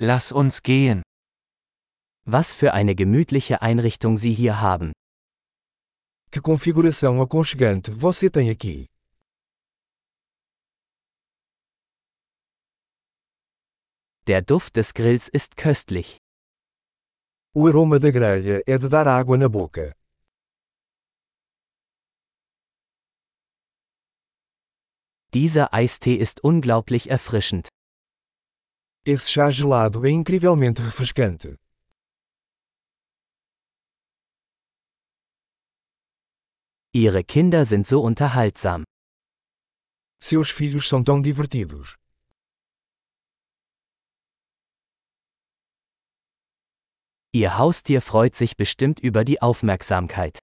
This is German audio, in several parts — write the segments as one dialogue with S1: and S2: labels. S1: Lass uns gehen.
S2: Was für eine gemütliche Einrichtung Sie hier haben.
S3: Que configuração aconchegante você tem aqui.
S2: Der Duft des Grills ist köstlich.
S3: O aroma da grelha é de dar água na boca.
S2: Dieser Eistee ist unglaublich erfrischend.
S3: Esse chá gelado é incrivelmente refrescante.
S2: Ihre Kinder sind so unterhaltsam.
S3: Seus filhos são tão divertidos.
S2: Ihr Haustier freut sich bestimmt über die Aufmerksamkeit.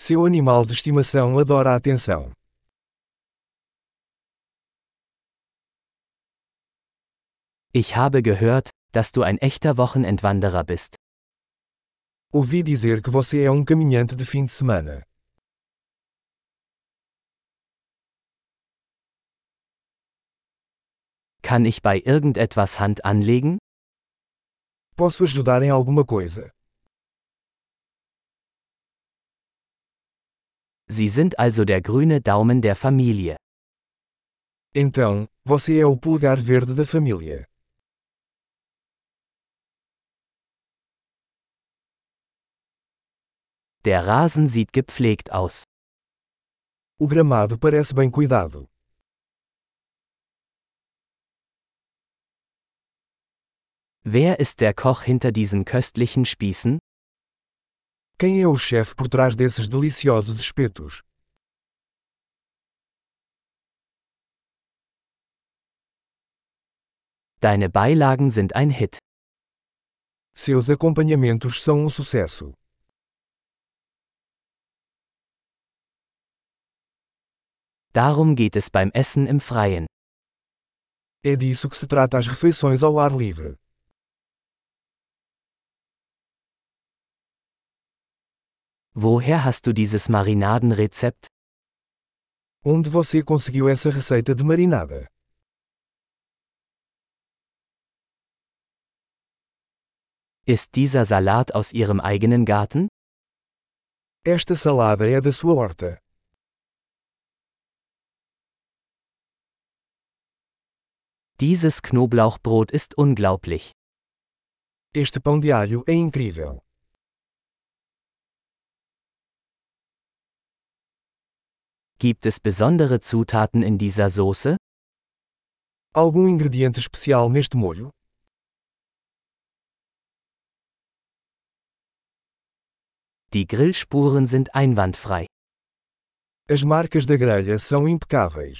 S3: Seu animal de estimação adora a atenção.
S2: Ich habe gehört, dass du ein echter Wochenendwanderer bist.
S3: Ouvi dizer que você é um caminhante de fim de semana.
S2: Kann ich bei irgendetwas Hand anlegen?
S3: Posso ajudar em alguma coisa?
S2: Sie sind also der grüne Daumen der Familie.
S3: Então, você é o pulgar verde da família.
S2: Der Rasen sieht gepflegt aus.
S3: O gramado parece bem cuidado.
S2: Wer ist der Koch hinter diesen köstlichen Spießen?
S3: Quem é o chefe por trás desses deliciosos espetos?
S2: Deine Beilagen sind ein Hit.
S3: Seus acompanhamentos são um sucesso.
S2: Darum geht es beim Essen im Freien.
S3: É disso que se trata as refeições ao ar livre.
S2: Woher hast du dieses Marinadenrezept?
S3: Onde você conseguiu essa receita de marinada?
S2: Ist dieser Salat aus Ihrem eigenen Garten?
S3: Esta salada é da sua horta.
S2: Dieses Knoblauchbrot ist unglaublich.
S3: Este pão de alho é incrível.
S2: Gibt es besondere Zutaten in dieser Soße?
S3: Algum ingrediente especial neste molho?
S2: Die Grillspuren sind einwandfrei.
S3: As marcas da grelha são impecáveis.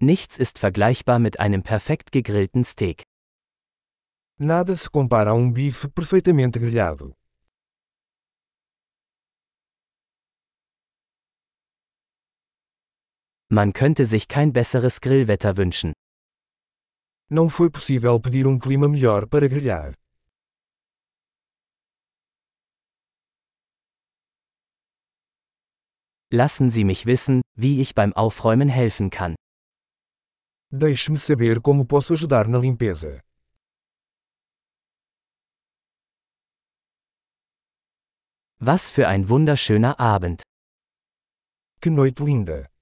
S2: Nichts ist vergleichbar mit einem perfekt gegrillten Steak.
S3: Nada se compara a um bife perfeitamente grelhado.
S2: Man könnte sich kein besseres Grillwetter wünschen.
S3: Não foi possível pedir um clima melhor para grelhar.
S2: Lassen Sie mich wissen, wie ich beim Aufräumen helfen kann.
S3: Deixe-me saber como posso ajudar na limpeza.
S2: Was für ein wunderschöner Abend.
S3: Que noite linda!